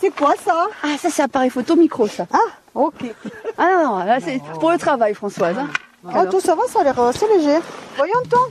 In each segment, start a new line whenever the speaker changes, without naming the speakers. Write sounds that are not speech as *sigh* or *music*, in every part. c'est quoi ça
Ah, ça, c'est appareil photo micro, ça.
Ah, ok.
Ah non, non, là, c'est pour le travail, Françoise. hein.
Ah, tout ça va, ça a l'air assez léger. Voyons toi.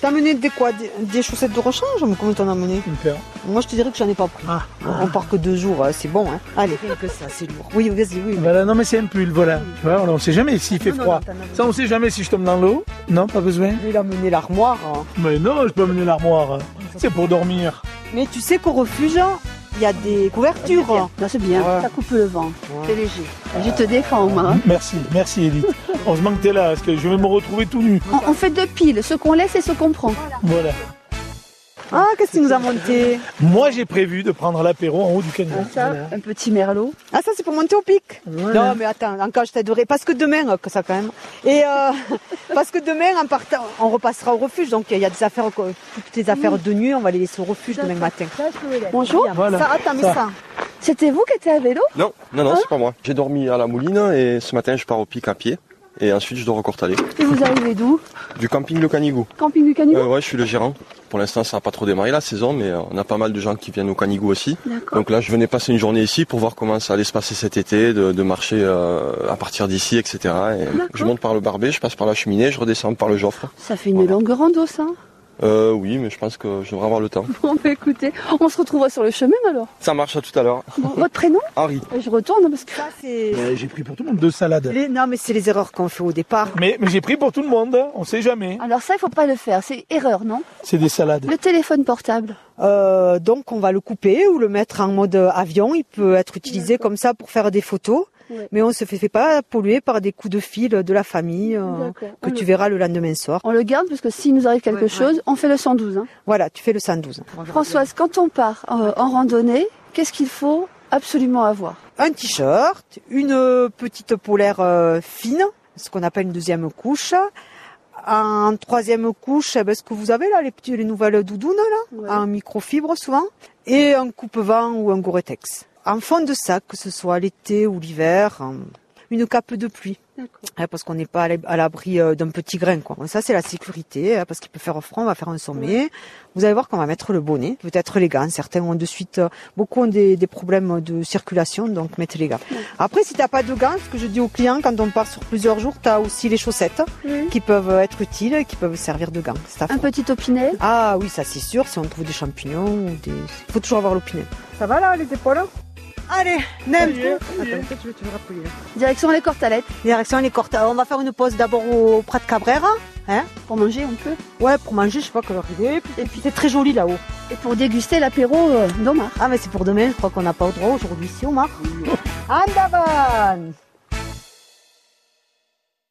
T'as amené des quoi des, des chaussettes de rechange mais Comment t'en as amené
Une paire.
Moi, je te dirais que j'en ai pas pris.
Ah.
On part que deux jours, hein, c'est bon. Hein. Allez, rien que ça, c'est lourd. Oui, vas-y, oui.
Voilà, non mais c'est un pull, voilà. Tu vois, on ne sait jamais s'il fait
Non, non,
froid.
non, t'en as besoin.
Ça, on sait jamais si je tombe dans l'eau. Non, pas besoin.
Il a mené l'armoire. hein.
Mais non, je peux amener l'armoire. C'est pour dormir.
Mais tu sais qu'au refuge, hein, il y a des couvertures. hein.
Bien. Non, c'est bien.
Ouais.
Ça coupe le vent.
Ouais.
C'est léger. Je te défends, moi. hein.
Merci, merci Edith. Heureusement que t'es là, parce que je vais me retrouver tout nu.
On, on fait deux piles, ce qu'on laisse et ce qu'on prend.
Voilà.
Ah, qu'est-ce qu'il nous a monté
Moi, j'ai prévu de prendre l'apéro en haut du canyon.
Ah, Ça, un petit merlot.
Ah, ça, c'est pour monter au pic
Voilà.
Non, mais attends, encore je t'aiderai. Parce que demain, euh, que ça quand même. Et euh, *laughs* parce que demain, en partant, on repassera au refuge. Donc, il y a des affaires, euh, toutes les affaires de nuit, on va les laisser au refuge demain matin.
Bonjour.
Voilà.
Sarah, t'as mis
Ça.
ça
C'était vous qui étiez à vélo
Non, non, non, c'est pas moi. J'ai dormi à la Mouline et ce matin je pars au pic à pied et ensuite je dois recortaler.
Et vous arrivez d'où
Du camping Le Canigou.
Camping du Canigou
Euh, ouais, je suis le gérant. Pour l'instant ça n'a pas trop démarré la saison mais euh, on a pas mal de gens qui viennent au Canigou aussi.
D'accord.
Donc là je venais passer une journée ici pour voir comment ça allait se passer cet été, de, de marcher euh, à partir d'ici, etc. Et je monte par le barbet, je passe par la cheminée, je redescends par le Joffre.
Ça fait une
Voilà.
longue rando, ça. hein.
Euh, oui mais je pense que je devrais avoir le temps.
Bon, bah, écoutez, on se retrouvera sur le chemin
*laughs*
alors.
Ça marche à tout à l'heure.
Bon, votre prénom
Henri.
Je retourne parce que.
Ça, c'est.
Euh, J'ai pris pour tout le monde deux salades.
les- Non, mais c'est les erreurs qu'on fait au départ.
Mais, mais j'ai pris pour tout le monde, on sait jamais.
Alors ça, il faut pas le faire. C'est erreur, non
C'est des salades.
Ah. Le téléphone portable.
Euh, donc on va le couper ou le mettre en mode avion. Il peut être utilisé comme ça pour faire des photos.
Ouais.
Mais on se fait, fait pas polluer par des coups de fil de la famille euh,
D'accord.
que
On
tu
le-
verras le lendemain soir.
On le garde parce que s'il nous arrive quelque
Ouais, ouais.
chose, on fait le 112. hein.
Voilà, tu fais le 112.
Françoise, quand on part euh, en randonnée, qu'est-ce qu'il faut absolument avoir
Un t-shirt, une euh, petite polaire euh, fine, ce qu'on appelle une deuxième couche. En troisième couche, eh ben, ce que vous avez là, les, petits, les nouvelles doudounes, là, en microfibre souvent, et un coupe-vent ou un Gore-Tex. En fond de sac, que ce soit l'été ou l'hiver, euh, une cape de pluie.
D'accord.
Hein, parce qu'on n'est pas à l'ab- à l'abri euh, d'un petit grain. Quoi. Ça, c'est la sécurité, hein, parce qu'il peut faire froid, on va faire un sommet. Vous allez voir qu'on va mettre le bonnet, peut-être les gants. Certains ont de suite, euh, beaucoup ont des, des problèmes de circulation, donc mettez les gants. Après, si t'as pas de gants, ce que je dis aux clients, quand on part sur plusieurs jours, tu as aussi les chaussettes qui peuvent être utiles, et qui peuvent servir de gants. C'est à
Un
fond.
petit opinet.
Ah oui, ça c'est sûr, si on trouve des champignons ou des... faut toujours avoir l'opinion. Ça va là, les épaules hein Allez, Nem hein.
Direction les Cortalettes.
Direction les cortes. Euh, On va faire une pause d'abord au Prat de Cabrera.
Pour manger, on peut.
Ouais, pour manger, je sais pas quelle heure il est. Et puis c'est très joli là-haut.
Et pour déguster l'apéro euh, d'Omar.
*laughs* Ah, mais c'est pour demain, je crois qu'on n'a pas le droit aujourd'hui, si on marche. Andavan